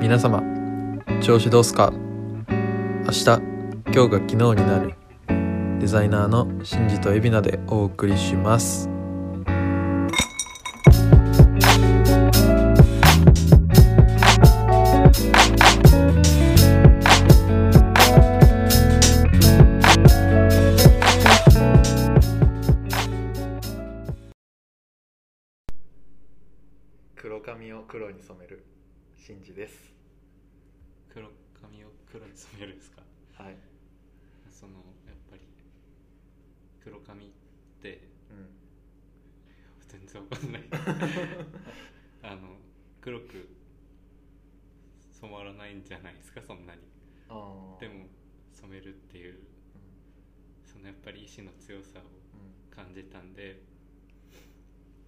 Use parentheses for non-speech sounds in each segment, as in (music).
皆様調子どうすか明日今日が昨日になるデザイナーのシンジとエビナでお送りします黒髪を黒に染めるシンジです黒髪を黒に染めるんですかはい、そのやっぱり黒髪ってう全然わかん (laughs) ないあの黒く染まらないんじゃないですかそんなにん、 (laughs) あでも染めるっていうそのやっぱり意志の強さを感じたんで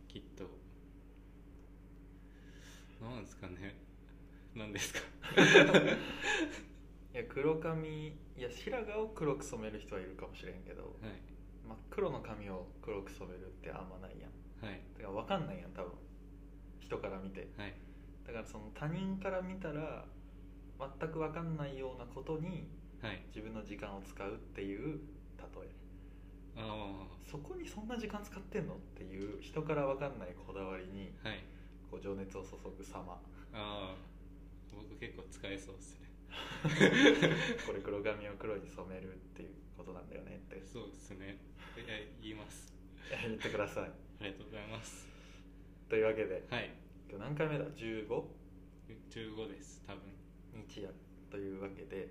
きっとなんですかねなんですかいや黒髪いや白髪を黒く染める人はいるかもしれんけどは真っ黒の髪を黒く染めるってあんまないやんいはいだから分かんないやん多分人から見てはいだからその他人から見たら全く分かんないようなことにはい自分の時間を使うっていう例えあそこにそんな時間使ってんのっていう人から分かんないこだわりにあはいこう情熱を注ぐ様ああ僕結構使えそうですね (laughs) これ黒髪を黒に染めるっていうことなんだよねって (laughs) いそうですねいや言いますや言ってくださいありがとうございますというわけではい今日何回目だ 15? 15です多分日夜というわけで、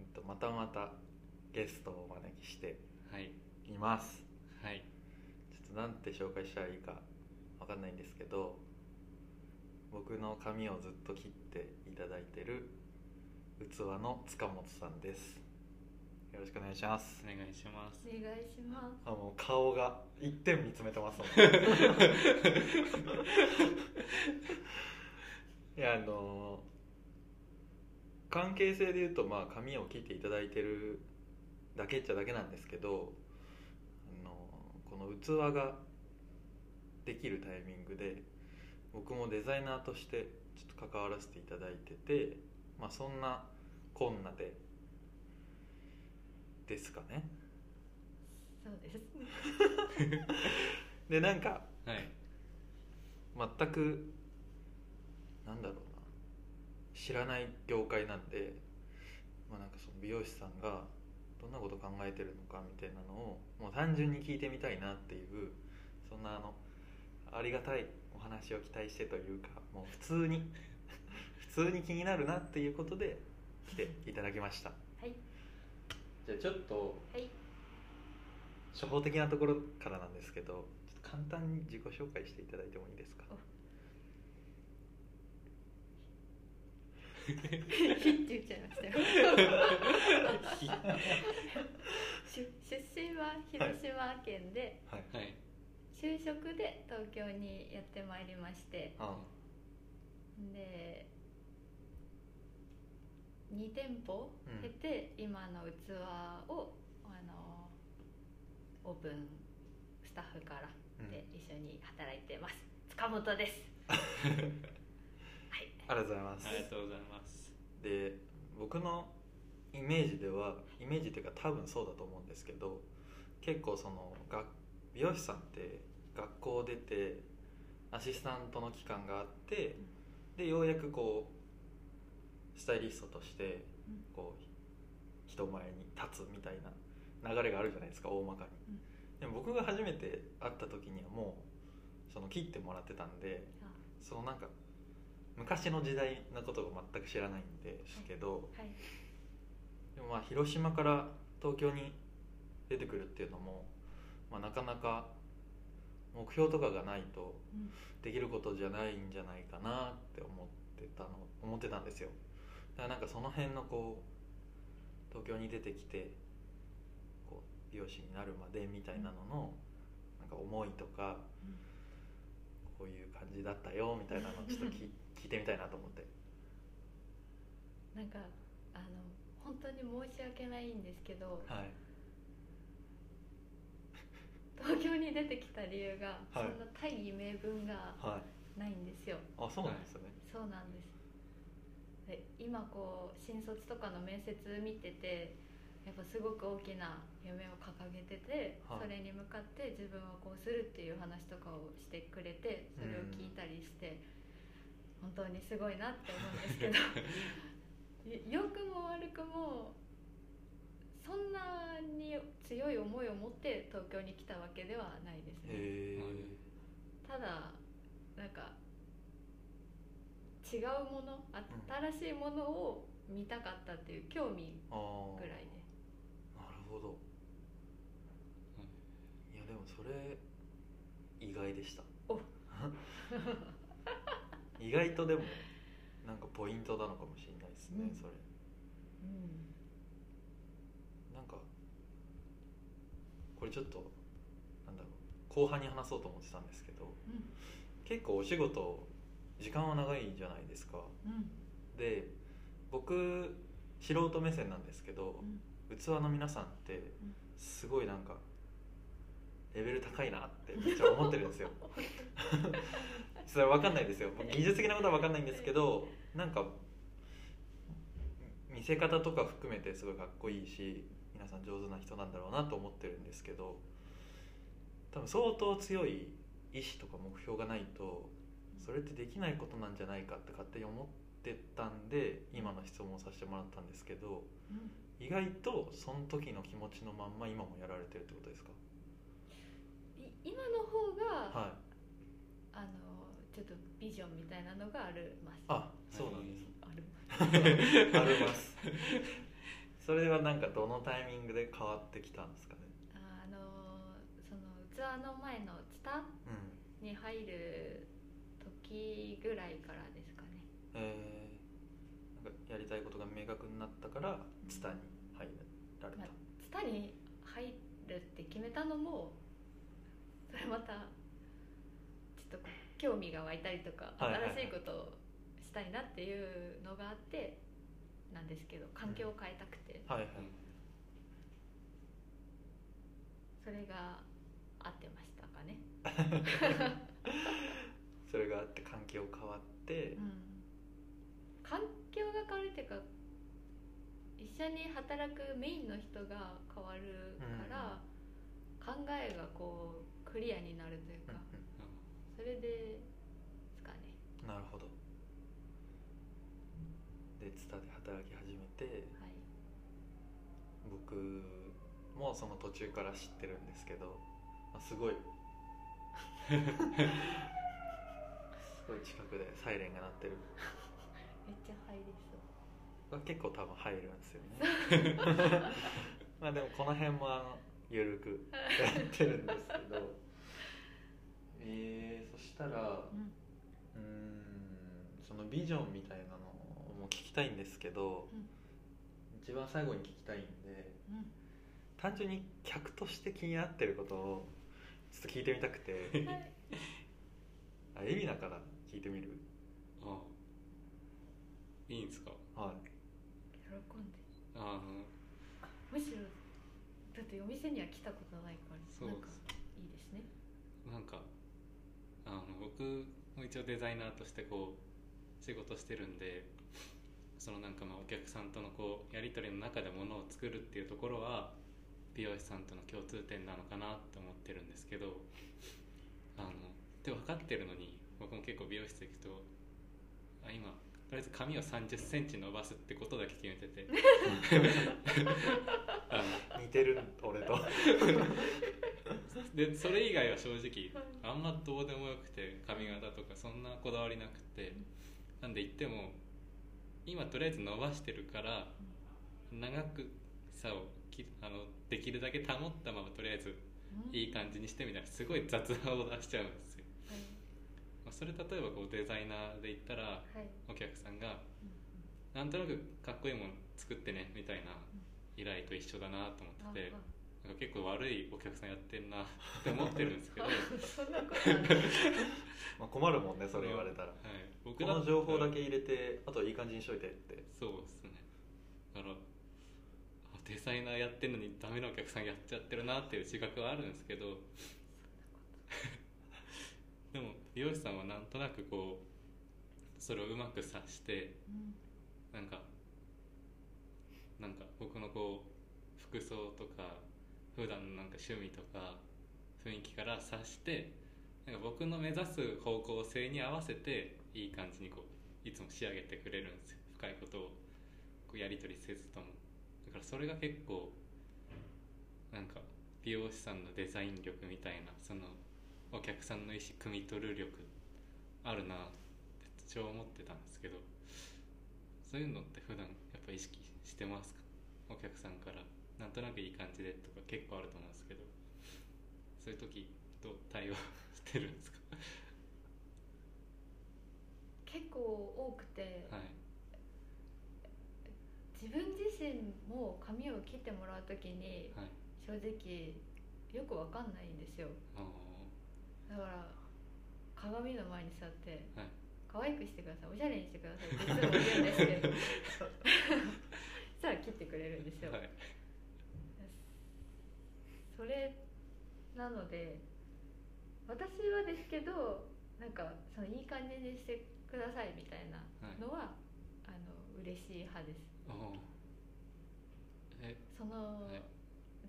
うんとまたまたゲストをお招きしてはいいますはいちょっとなんて紹介したらいいかわかんないんですけど僕の髪をずっと切っていただいてる器の塚本さんですよろしくお願いしますお願いしますお願いします。あもう顔が一点見つめてますもんいやあの関係性で言うとまあ髪を切っていただいてるだけっちゃだけなんですけど、あのこの器ができるタイミングで僕もデザイナーとしてちょっと関わらせていただいてて、まあ、そんなこんなでですかね。そうです。でなんかはい (laughs) 全くなんだろうな知らない業界なんで、まあ、なんかその美容師さんがどんなこと考えてるのかみたいなのをもう単純に聞いてみたいなっていうそんなあのありがたいお話を期待してというかもう普通に (laughs) 普通に気になるなっていうことで来ていただきましたはいじゃあちょっとはい。初歩的なところからなんですけどちょっと簡単に自己紹介していただいてもいいですかヒッて言っちゃいましたよ。は出出身は広島県で、いはい就職で東京にやってまいりまして、あで、二店舗うん経て、今の器をあのオープンスタッフからうんで一緒に働いてます。塚本です。はい。ありがとうございますありがとうございますで僕のイメージではイメージというか多分そうだと思うんですけど結構その学美容師さんって学校を出てアシスタントの期間があってでようやくこうスタイリストとしてうんこう人前に立つみたいな流れがあるじゃないですか大まかにうん。でも僕が初めて会った時にはもうその切ってもらってたんであそのなんか昔の時代のことが全く知らないんですけど、はい。でもまあ広島から東京に出てくるっていうのも、まあ、なかなか目標とかがないとうんできることじゃないんじゃないかなって思ってたの思ってたんですよだからなんかその辺のこう東京に出てきてこう美容師になるまでみたいなののなんか思いとかうんこういう感じだったよみたいなのをちょっと (laughs) 聞聞いてみたいなと思ってなんかあの本当に申し訳ないんですけどはい東京に出てきた理由が、はいそんな大義名分がはいないんですよあそうなんですよね、そうなんですで今こう新卒とかの面接見ててやっぱすごく大きな夢を掲げてて、はいそれに向かって自分はこうするっていう話とかをしてくれてそれを聞いたりして、本当にすごいなって思うんです (laughs) けどい良くも悪くもそんなに強い思いを持って東京に来たわけではないですね。へえただなんか違うものあう新しいものを見たかったっていう興味ああぐらいでなるほどいやでもそれ意外でしたお (laughs) 意外とでもなんかポイントなのかもしれないですね、うんそれうんなんかこれちょっとなんだろう後半に話そうと思ってたんですけど結構お仕事時間は長いじゃないですかうんで僕素人目線なんですけど、器の皆さんってんすごいなんかレベル高いなってめっちゃ思ってるんですよそれ分かんないですよ僕技術的なことは分かんないんですけどなんか見せ方とか含めてすごいかっこいいし皆さん上手な人なんだろうなと思ってるんですけど多分相当強い意志とか目標がないとそれってできないことなんじゃないかって勝手に思ってたんで今の質問をさせてもらったんですけどうん意外とその時の気持ちのまんま今もやられてるってことですか (laughs) い今の方が、はいあのちょっとビジョンみたいなのがありますあそうなんですあるありますそれはなんかどのタイミングで変わってきたんですかねあのその器の前のツタうんに入る時ぐらいからですかねえー、なんかやりたいことが明確になったからツタに入られた、まあツタに入るって決めたのもそれまたちょっとこう興味が湧いたりとかはいはいはい新しいことをしたいなっていうのがあってなんですけど環境を変えたくてはいはいそれが合ってましたかね。それがあって環境変わって環境が変わるっていうか一緒に働くメインの人が変わるから、考えがこうクリアになるといううんか、それでですかね。うんなるほどでツタで働き始めてはい僕もその途中から知ってるんですけどあすごいすごい近くでサイレンが鳴ってるめっちゃ入りそはう結構多分入るんですよ (laughs) ねまあでもこの辺もあの緩くやってるんですけどえー、そしたらうんうーんそのビジョンみたいなのも聞きたいんですけど、うん一番最後に聞きたいんで単純に客として気になってることをちょっと聞いてみたくてはいあ海老名から聞いてみるあいいんですかはい喜んであむしろだってお店には来たことないからそうなんかいいですねのなんかあの僕も一応デザイナーとしてこう仕事してるんでそのなんかまあお客さんとのこうやり取りの中でものを作るっていうところは美容師さんとの共通点なのかなって思ってるんですけどあのって分かってるのに僕も結構美容室行くとあ今とりあえず髪を3 0ンチ伸ばすってことだけ決めてて (laughs) あの似てる俺と (laughs) でそれ以外は正直あんまどうでもよくて髪型とかそんなこだわりなくてなんで言っても今とりあえず伸ばしてるから長くさをきあのできるだけ保ったままとりあえずうんいい感じにしてみたいなすごい雑なを出しちゃうんですよ、はまあ、それ例えばこうデザイナーで言ったらいはいお客さんがうんなんとなくかっこいいもの作ってねみたいな依頼と一緒だなと思っててああなんか結構悪いお客さんやってんなって思ってるん (laughs) ですけどそんなこと (laughs) あるまあ困るもんね (laughs) それ言われたら、はい、僕こだのったら情報だけ入れてあとはいい感じにしといてってそうですねだからあデザイナーやってんのにダメなお客さんやっちゃってるなっていう自覚はあるんですけど (laughs) でも美容師さんはなんとなくこうそれをうまく察してうんなんかなんか僕のこう服装とか普段のなんか趣味とか雰囲気から察してなんか僕の目指す方向性に合わせていい感じにこういつも仕上げてくれるんですよ深いことをこうやり取りせずともだからそれが結構なんか美容師さんのデザイン力みたいなそのお客さんの意思汲み取る力あるなって超思ってたんですけどそういうのって普段やっぱ意識してますかお客さんからなんとなくいい感じでとか結構あると思うんですけどそういう時どう対応してるんですか結構多くて、はい自分自身も髪を切ってもらう時にはい正直よくわかんないんですよあのだから鏡の前に座ってはい可愛くしてくださいおしゃれにしてくださいっていつも言うんです (laughs) けどそしたら切ってくれるんですよ、はいそれなので私はですけどなんかそのいい感じにしてくださいみたいなのは、あの嬉しい派ですあのえその、はい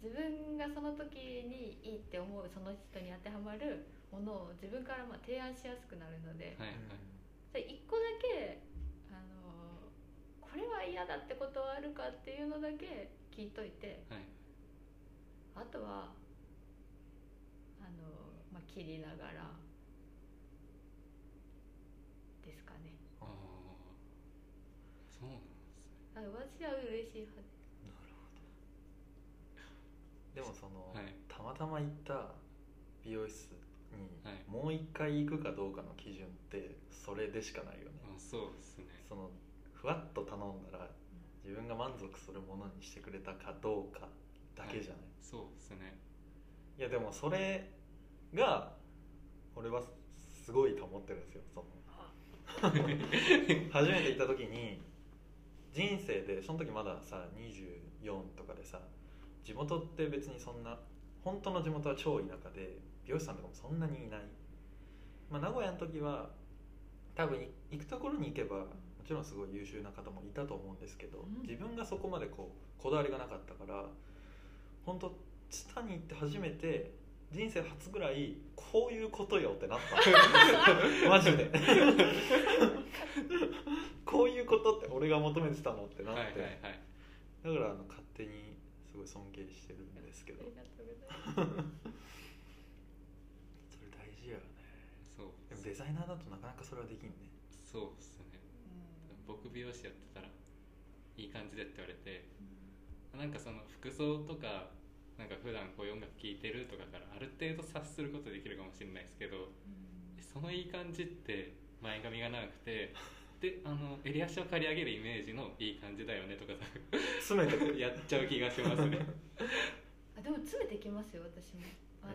自分がその時にいいって思うその人に当てはまるものを自分からまあ提案しやすくなるので、はいはいそれ1個だけあのこれは嫌だってことはあるかっていうのだけ聞いといてはいあとはあの、まあ、切りながらですかねああそうなんですねあ私は嬉しい派でもその、はいたまたま行った美容室にはいもう一回行くかどうかの基準ってそれでしかないよね、あそうですねそのふわっと頼んだら自分が満足するものにしてくれたかどうかだけじゃない、そうですねい、やでもそれが俺はすごいと思ってるんですよその (laughs) 初めて行った時に人生でその時まださ24とかでさ地元って別にそんな本当の地元は超田舎で美容師さんとかもそんなにいない、まあ、名古屋の時は多分い行くところに行けばもちろんすごい優秀な方もいたと思うんですけど、うん自分がそこまでこうこだわりがなかったから本当知多に行って初めて人生初ぐらいこういうことよってなった (laughs) マジでこういうことって俺が求めてたのってなっはいて、はいはいだからあの勝手にすごい尊敬してるんですけあどりがとうございますそれ大事やよねそうでもデザイナーだとなかなかそれはできんねそうですね僕美容師やってたらいい感じでって言われてなんかその服装とかなんか普段こういう音楽聴いてるとかからある程度察することできるかもしれないですけどそのいい感じって前髪が長く (laughs) てであの襟足を刈り上げるイメージのいい感じだよねとか多詰めてく (laughs) 分やっちゃう気がしますねあでも詰めてきますよ私もあの、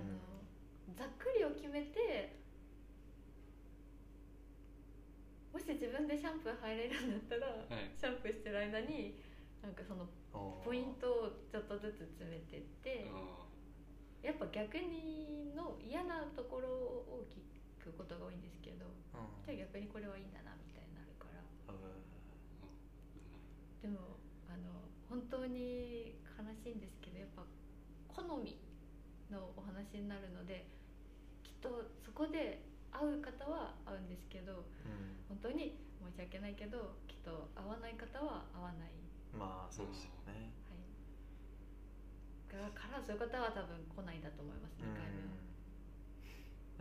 ざっくりを決めてもし自分でシャンプー入れるんだったら、はいシャンプーしてる間になんかそのポイントをちょっとずつ詰めてってうやっぱ逆にの嫌なところを聞くことが多いんですけどじゃあ逆にこれはいいんだなみたいになるからうんうんでもあの本当に悲しいんですけどやっぱ好みのお話になるのできっとそこで会う方は会うんですけど本当に申し訳ないけどきっと会わない方は会わない、うんまあそうですよねはい、だからそういう方は多分来ないんだと思いますう2ん回目は。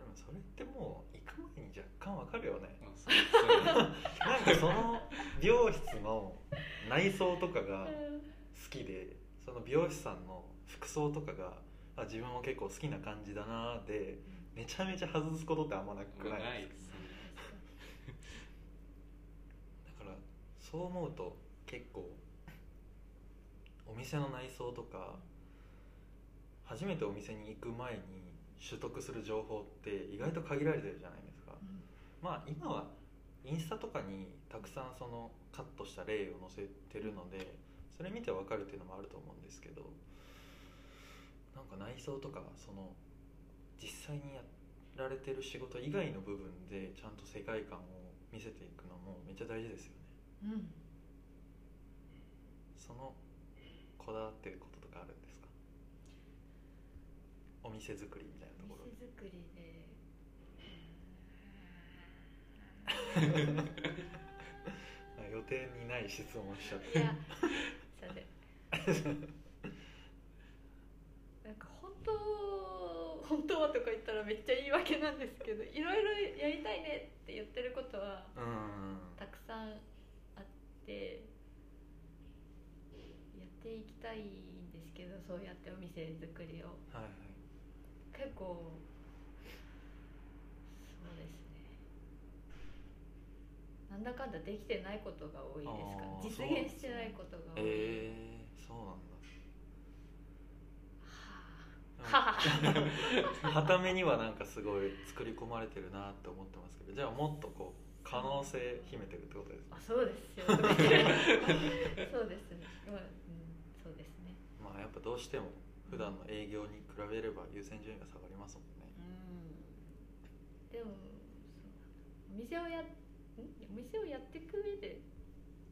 でもそれってもう行く前に若干わかるよねんあそうそうなんかその美容室の内装とかがうん好きでその美容師さんの服装とかがあ自分も結構好きな感じだなーでめちゃめちゃ外すことってあんまなくまなあいないですねだからそう思うと結構お店の内装とか初めてお店に行く前に取得する情報って意外と限られてるじゃないですかうんまあ今はインスタとかにたくさんそのカットした例を載せてるのでそれ見てわかるっていうのもあると思うんですけどなんか内装とかその実際にやられてる仕事以外の部分でちゃんと世界観を見せていくのもめっちゃ大事ですよねうんそのこだわってることとかあるんですかお店作りみたいなところで店作りであ (laughs) 予定にない質問しちゃっいてやそれなんか本当本当はとか言ったらめっちゃ言い訳なんですけどいろいろやりたいねって言ってることはうんたくさんあってやっていきたいんですけどそうやってお店作りをはいはい結構そうですねなんだかんだできてないことが多いあーですか実現してないことが多い、えー、そうなんだはあはあ (laughs) はためにはなんかすごい作り込まれてるなって思ってますけどじゃあもっとこう可能性秘めてるってことですねあそうですよ (laughs) そうですね、まあうん、そうですねまあやっぱどうしても普段の営業に比べれば優先順位が下がりますもんねうんでもそうお店をやんお店をやっていく上で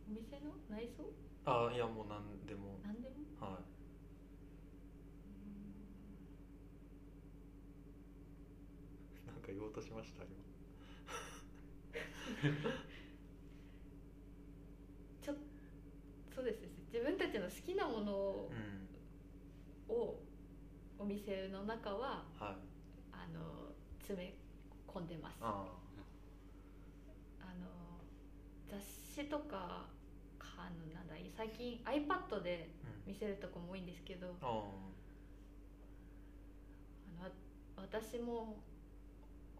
お店の内装あいやもう何でも何でもはうんい (laughs) なんか言おうとしました今ちょそうですね自分たちの好きなものをうんをお店の中ははいあの詰め込んでますああの雑誌とかかあのなんだ最近 iPad でーうん見せるとこも多いんですけどあーあのわ私も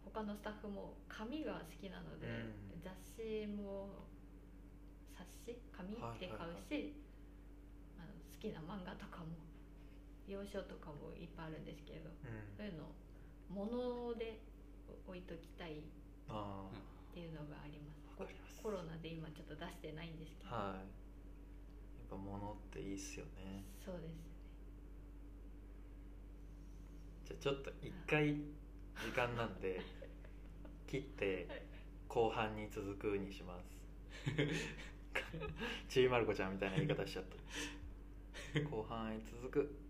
他のスタッフも紙が好きなので、うん雑誌も冊子紙はいで買うし、あの好きな漫画とかも洋書とかもいっぱいあるんですけどうんそういうのを物で置いときたいっあていうのがありますわかりますコロナで今ちょっと出してないんですけーど、はいやっぱ物っていいっすよねそうでじゃすねあちょっと一回時間なんで切って後半に続くにしますちびまる子ちゃんみたいな言い方しちゃった後半へ続く